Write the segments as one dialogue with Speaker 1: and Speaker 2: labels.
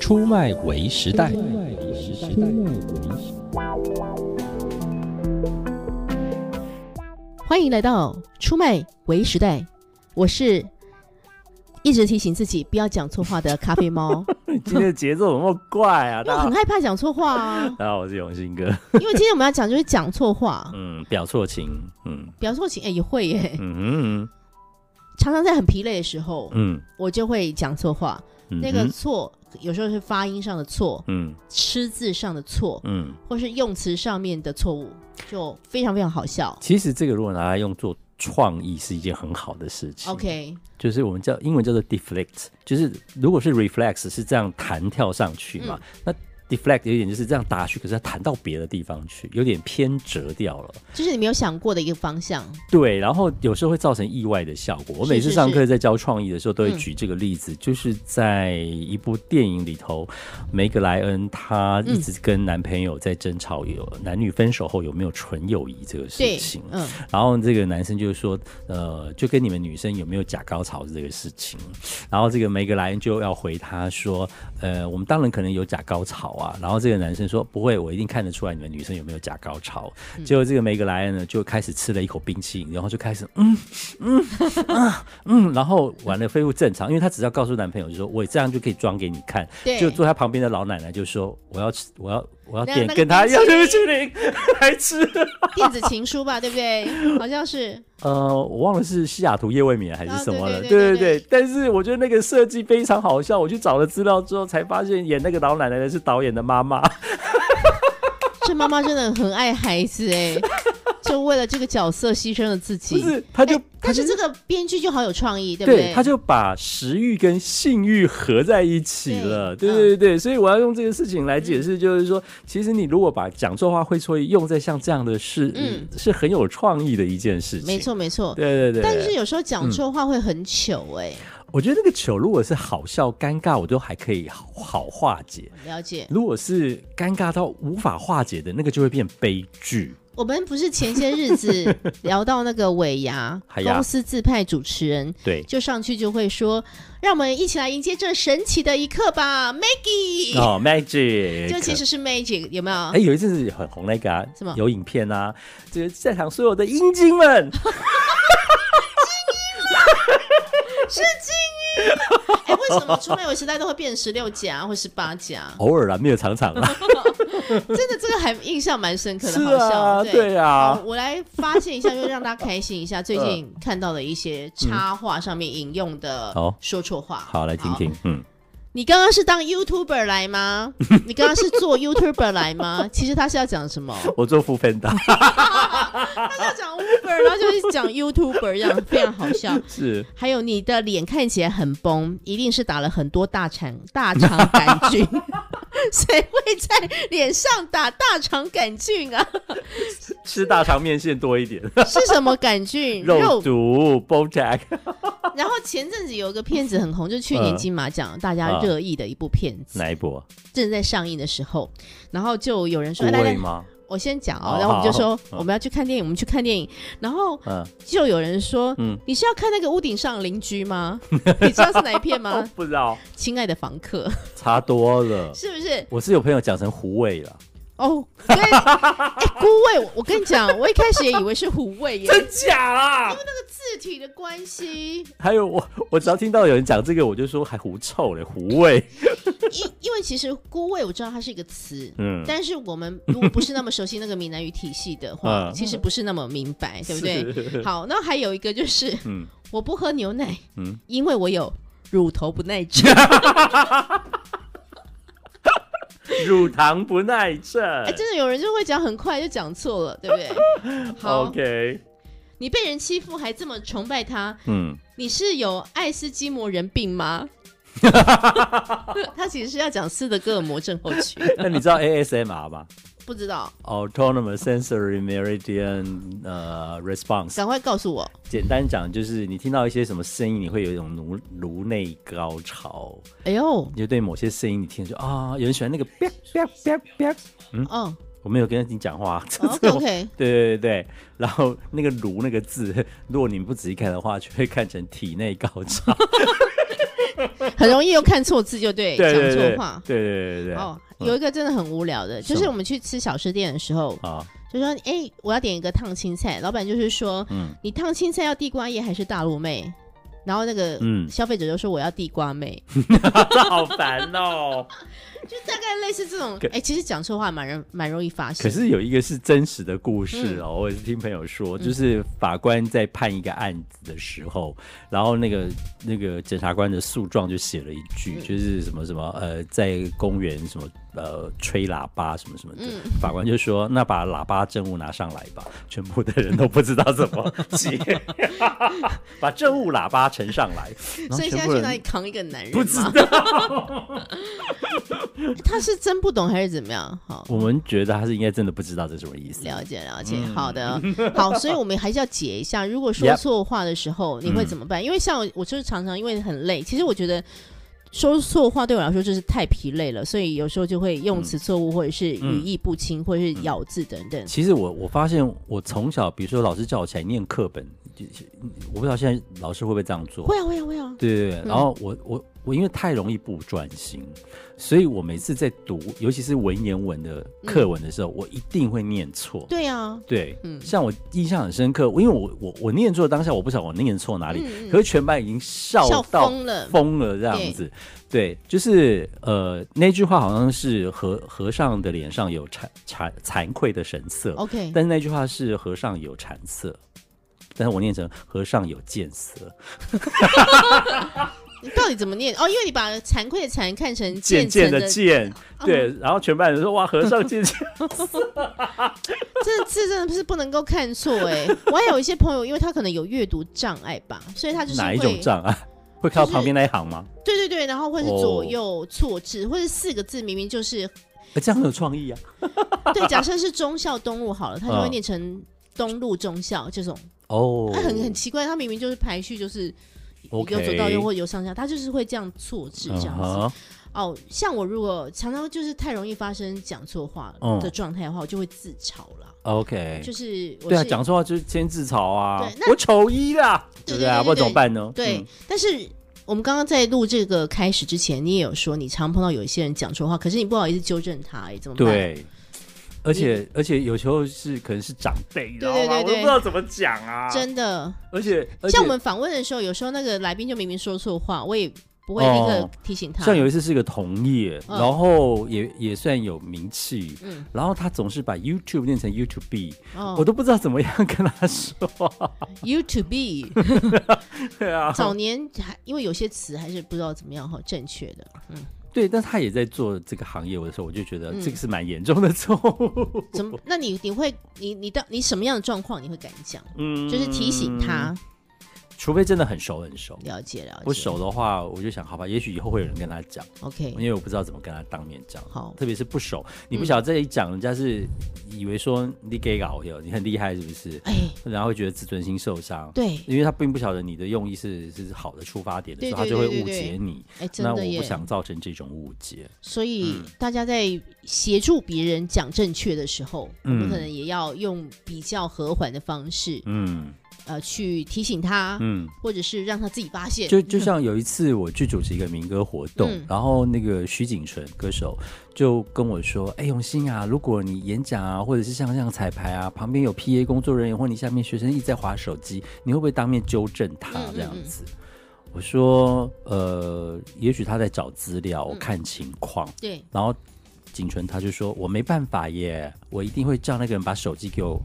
Speaker 1: 出卖为时代。
Speaker 2: 欢迎来到出卖为时代，我是一直提醒自己不要讲错话的咖啡猫，
Speaker 3: 今天的节奏怎么怪啊？
Speaker 2: 因为我
Speaker 3: 大
Speaker 2: 很
Speaker 3: 家。
Speaker 2: 害怕讲错话啊
Speaker 3: 大家好，我是永信哥。
Speaker 2: 因为今天我们要讲就是讲错话，
Speaker 3: 嗯，表错情。嗯
Speaker 2: 比方说情哎、也会耶、
Speaker 3: 嗯
Speaker 2: 常常在很疲累的时候，
Speaker 3: 嗯
Speaker 2: 我就会讲错话。
Speaker 3: 嗯，
Speaker 2: 那个错有时候是发音上的错，
Speaker 3: 嗯
Speaker 2: 吃字上的错，
Speaker 3: 嗯，
Speaker 2: 或是用词上面的错误，就非常非常好笑。
Speaker 3: 其实这个如果拿来用做创意是一件很好的事情。
Speaker 2: OK，
Speaker 3: 就是我们叫英文叫做 deflect，就是如果是 reflex 是这样弹跳上去嘛，
Speaker 2: 嗯
Speaker 3: 那 deflect 有一点就是这样打下去，可是它弹到别的地方去，有点偏折掉了。
Speaker 2: 就是你没有想过的一个方向。
Speaker 3: 对，然后有时候会造成意外的效果。我
Speaker 2: 是
Speaker 3: 每次
Speaker 2: 是
Speaker 3: 上
Speaker 2: 是
Speaker 3: 课在教创意的时候，都会
Speaker 2: 嗯
Speaker 3: 举这个例子，就是在一部电影里头，梅格莱恩她
Speaker 2: 嗯
Speaker 3: 一直跟男朋友在争吵，有男女分手后有没有纯友谊这个事
Speaker 2: 对
Speaker 3: 情，。
Speaker 2: 嗯，
Speaker 3: 然后这个男生就说，呃，就跟你们女生有没有假高潮这个事情，然后这个梅格莱恩就要回他说，呃，我们当然可能有假高潮啊。然后这个男生说，不会，我一定看得出来你们女生有没有假高潮。
Speaker 2: 嗯
Speaker 3: 结果这个梅格莱恩呢就开始吃了一口冰淇淋，然后就开始嗯嗯啊嗯，然后完了恢复正常，因为她只要告诉男朋友就说，我这样就可以装给你看。
Speaker 2: 对
Speaker 3: 就坐在旁边的老奶奶就说，我要吃，我要我要
Speaker 2: 那
Speaker 3: 点
Speaker 2: 那个
Speaker 3: 跟他
Speaker 2: 冰
Speaker 3: 要
Speaker 2: 淇
Speaker 3: 冰淇淋来 吃。
Speaker 2: 电子情书吧，对 不对？好像是。
Speaker 3: 呃，我忘了是西雅图夜未眠还是什么了，
Speaker 2: 啊
Speaker 3: 对
Speaker 2: 对对
Speaker 3: 对
Speaker 2: 对
Speaker 3: 对
Speaker 2: 对
Speaker 3: 但是我觉得那个设计非常好笑，我去找了资料之后才发现，演那个老奶奶的是导演的妈
Speaker 2: 啊
Speaker 3: 妈。
Speaker 2: 这妈妈真的很爱孩子哎、 就为了这个角色牺牲了自己。
Speaker 3: 不是她就
Speaker 2: 哎
Speaker 3: 她
Speaker 2: 但
Speaker 3: 就是
Speaker 2: 这个编剧就好有创意，对不
Speaker 3: 对，他就把食欲跟性欲合在一起了。对
Speaker 2: 对嗯
Speaker 3: 对对对，所以我要用这个事情来解释，就是说，其实你如果把讲错话会错意用在像这样的事，嗯
Speaker 2: 嗯，
Speaker 3: 是很有创意的一件事情。
Speaker 2: 没，错没错。
Speaker 3: 对对对。
Speaker 2: 但是有时候讲错话会很糗哎、
Speaker 3: 我觉得那个糗如果是好笑、尴尬，我都还可以好好化解。
Speaker 2: 了解。
Speaker 3: 如果是尴尬到无法化解的，那个就会变悲剧。
Speaker 2: 我们不是前些日子 聊到那个尾牙
Speaker 3: 海牙
Speaker 2: 公司自派主持人，
Speaker 3: 对
Speaker 2: 就上去就会说：“让我们一起来迎接这神奇的一刻吧，Maggie。
Speaker 3: 哦，magic，
Speaker 2: 就其实是 Magic 有没有？
Speaker 3: 哎，有一阵子很红那个啊，
Speaker 2: 什么
Speaker 3: 有影片啊，这个在场所有的阴茎 们，
Speaker 2: 哎、为什么出卖我时代都会变十六家或十八家？
Speaker 3: 偶尔啊，没有常常啦。
Speaker 2: 真的，这个还印象蛮深刻的，
Speaker 3: 是
Speaker 2: 好笑。哦
Speaker 3: 啊
Speaker 2: 对
Speaker 3: 对啊
Speaker 2: 好我来发现一下，就让大家开心一下。最近看到的一些插画上面引用的
Speaker 3: 好
Speaker 2: 说错话，
Speaker 3: 好，来听听，嗯，
Speaker 2: 你刚刚是当 YouTuber 来吗？你刚刚是做 YouTuber 来吗？其实他是要讲什么？
Speaker 3: 我做副分的，
Speaker 2: 他要讲 Uber，然后就是讲 YouTuber，这样非常好笑。
Speaker 3: 是
Speaker 2: 还有你的脸看起来很崩，一定是打了很多大肠 大肠杆菌。 谁会在脸上打大肠杆菌啊？
Speaker 3: 吃大肠面线多一点，
Speaker 2: 是什么杆菌？
Speaker 3: 肉毒 BoJack，
Speaker 2: 然后前阵子有一个片子很红，就是去年金马奖大家热议的一部片子，
Speaker 3: 哪一啊波？
Speaker 2: 正在上映的时候，然后就有人说：“
Speaker 3: 顾
Speaker 2: 哎来
Speaker 3: 味
Speaker 2: 来，
Speaker 3: 吗？
Speaker 2: 我先讲
Speaker 3: 好
Speaker 2: 哦。”然后我们就
Speaker 3: 好
Speaker 2: 说
Speaker 3: 好：“嗯
Speaker 2: 我们要去看电影，我们去看电影。”然后
Speaker 3: 嗯，
Speaker 2: 就有人说：“
Speaker 3: 嗯
Speaker 2: 你是要看那个屋顶上的邻居吗？ 你知道是哪一片吗
Speaker 3: 不知道，？”
Speaker 2: 亲爱的房客，
Speaker 3: 差多了。
Speaker 2: 是不是？
Speaker 3: 我是有朋友讲成胡味了，
Speaker 2: 哦，对，哎，孤味，我我跟你讲，我一开始也以为是虎味耶，
Speaker 3: 真假啊啦？
Speaker 2: 字体的关系，
Speaker 3: 还有我，我只要听到有人讲这个，我就说还狐臭嘞，狐 味。
Speaker 2: 因因为其实孤味我知道它是一个词，
Speaker 3: 嗯，
Speaker 2: 但是我们如果不是那么熟悉那个闽南语体系的话，
Speaker 3: 嗯
Speaker 2: 其实不是那么明白，对不对？
Speaker 3: 对？
Speaker 2: 好，那还有一个就是，
Speaker 3: 嗯
Speaker 2: 我不喝牛奶，
Speaker 3: 嗯
Speaker 2: 因为我有乳头不耐 症。
Speaker 3: 乳糖不耐症。
Speaker 2: 哎，真的有人就会讲很快就讲错了，对不 对？好
Speaker 3: OK，
Speaker 2: 你被人欺负还这么崇拜他，
Speaker 3: 嗯，
Speaker 2: 你是有爱斯基摩人病吗？ 他其实是要讲斯德哥尔摩症候群，
Speaker 3: 那你知道 ASMR 吗
Speaker 2: 不知道，
Speaker 3: ？Autonomous Sensory Meridian 呃 Response，
Speaker 2: 赶快告诉我。
Speaker 3: 简单讲就是你听到一些什么声音，你会有一种颅颅内高潮，
Speaker 2: 哎呦，
Speaker 3: 你就对某些声音你听就啊，有人喜欢那个 biu biu biu biu，
Speaker 2: 哦
Speaker 3: 我没有跟你讲话，这
Speaker 2: ，OK OK，
Speaker 3: 对对对对，然后那个颅那个字，如果你不仔细看的话，就会看成体内高潮。
Speaker 2: 很容易又看错字就对，
Speaker 3: 对
Speaker 2: 讲
Speaker 3: 对对
Speaker 2: 错话，。
Speaker 3: 对对对对，
Speaker 2: 哦，
Speaker 3: 嗯
Speaker 2: 有一个真的很无聊的，
Speaker 3: 什
Speaker 2: 就
Speaker 3: 么
Speaker 2: 是我们去吃小吃店的时候，
Speaker 3: 啊，
Speaker 2: 就说：“哎，我要点一个烫青菜。”老板就是说
Speaker 3: 嗯：“
Speaker 2: 你烫青菜要地瓜叶还是大陆妹？”然后那个
Speaker 3: 嗯，
Speaker 2: 消费者就说：“我要地瓜妹。
Speaker 3: 这好烦哦。”
Speaker 2: 就大概类似这种
Speaker 3: 可。
Speaker 2: 哎，其实讲错话蛮容蛮容易发现。
Speaker 3: 可是有一个是真实的故
Speaker 2: 嗯
Speaker 3: 事哦，我也是听朋友说，就是法官在判一个案子的时候，然后那个那个检察官的诉状就写了一句，
Speaker 2: 嗯
Speaker 3: 就是什么什么呃，在公园什么呃吹喇叭什么什么的，
Speaker 2: 嗯
Speaker 3: 法官就说那把喇叭证物拿上来吧，全部的人都不知道怎么 写，把证物喇叭呈上来，然后
Speaker 2: 所以现
Speaker 3: 全
Speaker 2: 在
Speaker 3: 部
Speaker 2: 去
Speaker 3: 人
Speaker 2: 哪里扛一个男人？
Speaker 3: 不知
Speaker 2: 道， 他是真不懂还是怎么样？好，
Speaker 3: 我们觉得他是应该真的不知道这什么意思。
Speaker 2: 了解了解，好的，好，所以我们还是要解一下，如果说
Speaker 3: 嗯 Yep 嗯
Speaker 2: 错话的时候，你会怎么办？因为像我，我就是常常因为很累，其实我觉得说错话对我来说就是太疲累了，所以有时候就会
Speaker 3: 嗯
Speaker 2: 用词错误，或者是语义不清，或者是咬字等等。
Speaker 3: 其实我我发现我从小，比如说老师叫我起来念课本，就是我不知道现在老师会不会这样做。
Speaker 2: 会啊，会啊，会啊，
Speaker 3: 对对对，然后我我我因为太容易不专心，所以我每次在读，尤其是文言文的课文的时候，我一定会念错。
Speaker 2: 嗯对啊，
Speaker 3: 对，
Speaker 2: 嗯
Speaker 3: 像我印象很深刻，因为我我我念错当下，我不晓得我念错哪里，
Speaker 2: 嗯嗯
Speaker 3: 可是全班已经笑
Speaker 2: 笑
Speaker 3: 到
Speaker 2: 疯了，
Speaker 3: 疯了这样子。对，就是呃，那句话好像是和和尚的脸上有惭惭惭愧的神色。
Speaker 2: OK，
Speaker 3: 但是那句话是和尚有禅色，但是我念成和尚有见色，
Speaker 2: 你到底怎么念？哦，因为你把惭愧的惭看成
Speaker 3: 渐
Speaker 2: 层
Speaker 3: 渐
Speaker 2: 的
Speaker 3: 的，渐，对，
Speaker 2: 嗯
Speaker 3: 然后全班人说哇，和尚渐渐，
Speaker 2: 这字真的是不能够看错哎。我还有一些朋友，因为他可能有阅读障碍吧，所以他 就是
Speaker 3: 哪一
Speaker 2: 会
Speaker 3: 种障 碍？会看到旁边那一行吗？
Speaker 2: 对对对，然后或是
Speaker 3: 哦
Speaker 2: 左右错置，或是四个字明明就是
Speaker 3: 哎这样很有创意啊！
Speaker 2: 对，假设是忠孝东路好了，他就会
Speaker 3: 嗯
Speaker 2: 念成东路忠孝这种，
Speaker 3: 哦，
Speaker 2: 他很很奇怪，他明明就是排序就是。有
Speaker 3: OK
Speaker 2: 左到右或由上下，他就是会这样错置这样子。
Speaker 3: 嗯哼
Speaker 2: 哦，像我如果常常就是太容易发生讲错话
Speaker 3: 嗯
Speaker 2: 的状态的话，我就会自嘲啦。
Speaker 3: OK，
Speaker 2: 就是我
Speaker 3: 对啊，
Speaker 2: 是
Speaker 3: 讲错话就是先自嘲啊
Speaker 2: 对，那
Speaker 3: 我丑一啦，
Speaker 2: 对
Speaker 3: 不对啊？
Speaker 2: 对对
Speaker 3: 不然怎么办呢？
Speaker 2: 对，
Speaker 3: 嗯，
Speaker 2: 但是我们刚刚在录这个开始之前，你也有说你常碰到有一些人讲错话，可是你不好意思纠正他、哎，怎么办？
Speaker 3: 对。而且而且有时候是可能是长辈，你知道吗？
Speaker 2: 对对对
Speaker 3: 我都不知道怎么讲啊。
Speaker 2: 真的，
Speaker 3: 而且而且
Speaker 2: 像我们访问的时候，有时候那个来宾就明明说错话，我也不会立刻
Speaker 3: 哦
Speaker 2: 提醒他。
Speaker 3: 像有一次是个同业，
Speaker 2: 嗯
Speaker 3: 然后也也算有名气，
Speaker 2: 嗯
Speaker 3: 然后他总是把 YouTube 念成 YouTube B，、
Speaker 2: 哦
Speaker 3: 我都不知道怎么样跟他说。
Speaker 2: y o u to be，
Speaker 3: 对啊，
Speaker 2: 早年还因为有些词还是不知道怎么样哈正确的，嗯，
Speaker 3: 对，但他也在做这个行业的时候，我就觉得
Speaker 2: 嗯
Speaker 3: 这个是蛮严重的错误。
Speaker 2: 怎么？那你你会你你到你什么样的状况你会敢讲？
Speaker 3: 嗯
Speaker 2: 就是提醒，他，
Speaker 3: 除非真的很熟很熟。
Speaker 2: 了解了解，
Speaker 3: 不熟的话，我就想，好吧，也许以后会有人跟他讲，因
Speaker 2: OK，
Speaker 3: 为我不知道怎么跟他当面讲。
Speaker 2: 嗯好，嗯
Speaker 3: 特别是不熟，你不晓得这一讲，人家是以为说你给搞哟，你很厉害是不是？
Speaker 2: 哎，
Speaker 3: 然后会觉得自尊心受伤。
Speaker 2: 对，
Speaker 3: 因为他并不晓得你的用意是是好的出发点的时候，
Speaker 2: 对对
Speaker 3: 他就
Speaker 2: 对
Speaker 3: 会
Speaker 2: 对
Speaker 3: 误解你。
Speaker 2: 哎，真
Speaker 3: 那
Speaker 2: 的
Speaker 3: 我
Speaker 2: 耶
Speaker 3: 不。想造成这种误解。
Speaker 2: 所
Speaker 3: 嗯
Speaker 2: 以大家在协助别人讲正确的时候，我们
Speaker 3: 嗯
Speaker 2: 可能也要用比较和缓的方式，
Speaker 3: 嗯
Speaker 2: 呃，去提醒他，
Speaker 3: 嗯，
Speaker 2: 或者是让他自己发现。
Speaker 3: 就就像有一次我去主持一个民歌活动，
Speaker 2: 嗯
Speaker 3: 然后那个徐景纯歌手就跟我说：“哎，永兴啊，如果你演讲啊，或者是像这样彩排啊，旁边有 P A 工作人员或你下面学生一直在划手机，你会不会当面纠正他
Speaker 2: 嗯嗯
Speaker 3: 这样子？”我说：“呃，也许他在找资料，
Speaker 2: 嗯
Speaker 3: 我看情况。”
Speaker 2: 对，
Speaker 3: 然后景纯他就说：“我没办法耶，我一定会叫那个人把手机给我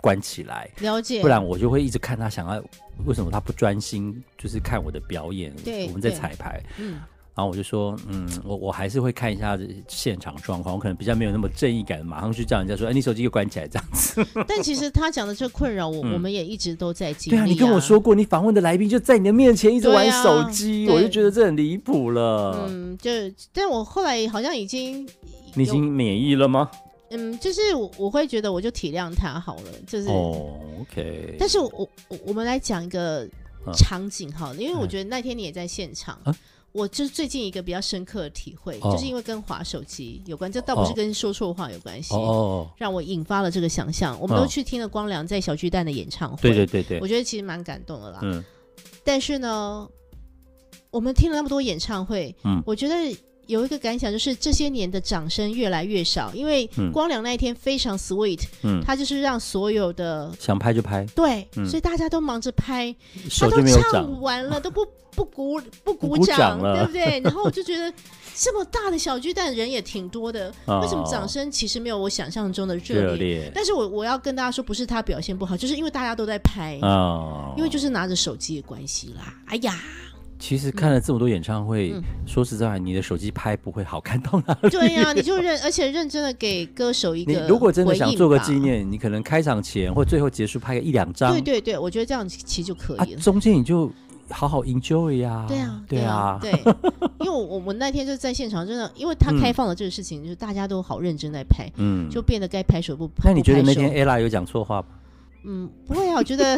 Speaker 3: 关起来，
Speaker 2: 了解。
Speaker 3: 不然我就会一直看他想要为什么他不专心，就是看我的表演，
Speaker 2: 对
Speaker 3: 我们在
Speaker 2: 对
Speaker 3: 彩排。”
Speaker 2: 嗯
Speaker 3: 然后我就说，嗯，我我还是会看一下现场状况，我可能比较没有那么正义感，马上去叫人家说，哎，你手机给我关起来这样子。
Speaker 2: 但其实他讲的这困扰，我、我们也一直都在经
Speaker 3: 嗯对
Speaker 2: 历、
Speaker 3: 啊，你跟我，说过，你访问的来宾就在你的面前一直
Speaker 2: 对
Speaker 3: 玩
Speaker 2: 啊
Speaker 3: 手机，
Speaker 2: 对
Speaker 3: 我就觉得这很离谱了。
Speaker 2: 嗯，就但我后来好像已经有，
Speaker 3: 你已经免疫了吗？
Speaker 2: 嗯，就是我我会觉得我就体谅他好了，就是。
Speaker 3: 哦，OK。
Speaker 2: 但是我我我我们来讲一个
Speaker 3: 嗯
Speaker 2: 场景好了，因为我
Speaker 3: 嗯
Speaker 2: 觉得那天你也在现场。
Speaker 3: 啊
Speaker 2: 我就是最近一个比较深刻的体会，
Speaker 3: 哦
Speaker 2: 就是因为跟滑手机有关，这倒不是
Speaker 3: 哦
Speaker 2: 跟说错话有关系，
Speaker 3: 哦哦，
Speaker 2: 让我引发了这个想象。我们都
Speaker 3: 嗯
Speaker 2: 去听了光良在小巨蛋的演唱会，
Speaker 3: 对对对对
Speaker 2: 我，觉得其实蛮感动的啦。
Speaker 3: 嗯
Speaker 2: 但是呢，我们听了那么多演唱会，
Speaker 3: 嗯
Speaker 2: 我觉得有一个感想就是这些年的掌声越来越少，因为
Speaker 3: 嗯
Speaker 2: 光良那一天非常 sweet，、
Speaker 3: 嗯，
Speaker 2: 他就是让所有的
Speaker 3: 想拍就拍，
Speaker 2: 对，
Speaker 3: 嗯
Speaker 2: 所以大家都忙着拍，他
Speaker 3: 手
Speaker 2: 都
Speaker 3: 就没有长。
Speaker 2: 唱完了，都不不鼓不鼓
Speaker 3: 鼓
Speaker 2: 掌，
Speaker 3: 掌了
Speaker 2: 对不对？ 然后我就觉得这么大的小巨蛋人也挺多的，
Speaker 3: 哦
Speaker 2: 为什么掌声其实没有我想象中的
Speaker 3: 热
Speaker 2: 热烈？
Speaker 3: 烈
Speaker 2: 但是我我要跟大家说，不是他表现不好，就是因为大家都在拍，
Speaker 3: 啊！
Speaker 2: 因为就是拿着手机的关系啦。哎 呀，
Speaker 3: 其实看了这么多演唱会，
Speaker 2: 嗯
Speaker 3: 说实在，你的手机拍不会好看到 哪里。
Speaker 2: 对呀、你就认，而且认真的给歌手一
Speaker 3: 你
Speaker 2: 个
Speaker 3: 如果真的想做个纪
Speaker 2: 回应吧，
Speaker 3: 念，你可能开场前或最后结束拍个一两张
Speaker 2: 对，对对，我觉得这样其实就可
Speaker 3: 啊
Speaker 2: 以了，。
Speaker 3: 中间你就好好 enjoy 呀、
Speaker 2: 对啊，
Speaker 3: 对
Speaker 2: 啊
Speaker 3: 啊，，
Speaker 2: 对，因为我我们那天就在现场，真的，因为他
Speaker 3: 嗯
Speaker 2: 开放了这个事情，就是大家都好认真在拍，
Speaker 3: 嗯。
Speaker 2: 就变得该拍手不拍。
Speaker 3: 那你觉得
Speaker 2: 不
Speaker 3: 那
Speaker 2: 拍手
Speaker 3: 天 ella 有讲错话吗？
Speaker 2: 嗯，不会啊，我觉 得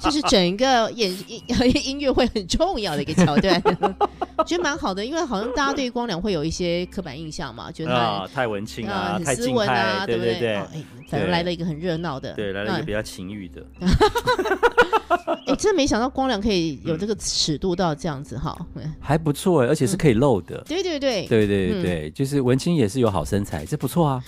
Speaker 2: 就是整个演 音音乐会很重要的一个桥段， 觉得蛮好的，因为好像大家对光良会有一些刻板印象嘛，觉得他。
Speaker 3: 太文青
Speaker 2: 啊，很斯文啊，不哦哎，反正
Speaker 3: 对
Speaker 2: 来了一个很热闹的，嗯
Speaker 3: 较情欲的，
Speaker 2: 哎，真没想到光良可以有这个尺度到这样子哈。嗯
Speaker 3: 还不错欸，而且是可以露的。
Speaker 2: 对对对，
Speaker 3: 对对对，就是文青也是有好身材，这不错啊。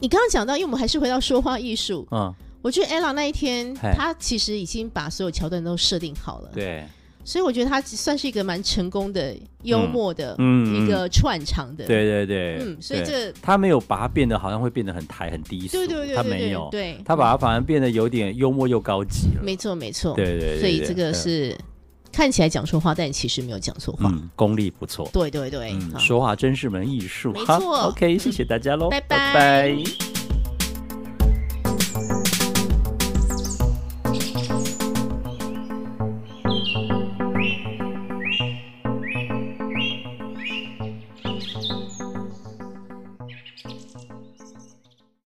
Speaker 2: 你刚刚讲到，因为我们还是回到说话艺术，
Speaker 3: 嗯，
Speaker 2: 我觉得 ella 那一天，
Speaker 3: 嘿
Speaker 2: 她其实已经把所有桥段都设定好了，
Speaker 3: 对，
Speaker 2: 所以我觉得她算是一个蛮成功的、幽默的、
Speaker 3: 嗯嗯
Speaker 2: 一个串场的，
Speaker 3: 对对对，
Speaker 2: 嗯，所以
Speaker 3: 对
Speaker 2: 这
Speaker 3: 他没有把它变得好像会变得很抬很低俗，
Speaker 2: 对对对
Speaker 3: 他
Speaker 2: 对
Speaker 3: 没
Speaker 2: 对
Speaker 3: 有，
Speaker 2: 对，
Speaker 3: 他把它反而变得有点幽默又高级了。
Speaker 2: 没错没错，
Speaker 3: 对对对，
Speaker 2: 所以
Speaker 3: 对
Speaker 2: 这个
Speaker 3: 嗯
Speaker 2: 是看起来讲错话，但其实没有讲错话，
Speaker 3: 嗯，功力不错。
Speaker 2: 对对对，
Speaker 3: 嗯，
Speaker 2: 好
Speaker 3: 说话真是门艺术。
Speaker 2: 没
Speaker 3: 哈
Speaker 2: 错
Speaker 3: OK，谢谢大家喽，
Speaker 2: 拜拜
Speaker 3: 拜拜